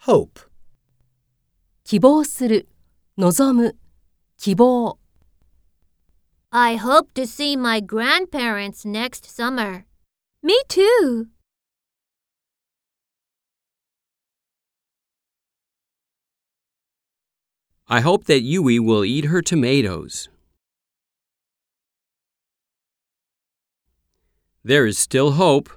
hope, 希望する、望む、希望、 I hope to see my grandparents next summer. Me too. I hope that Yui will eat her tomatoes. There is still hope.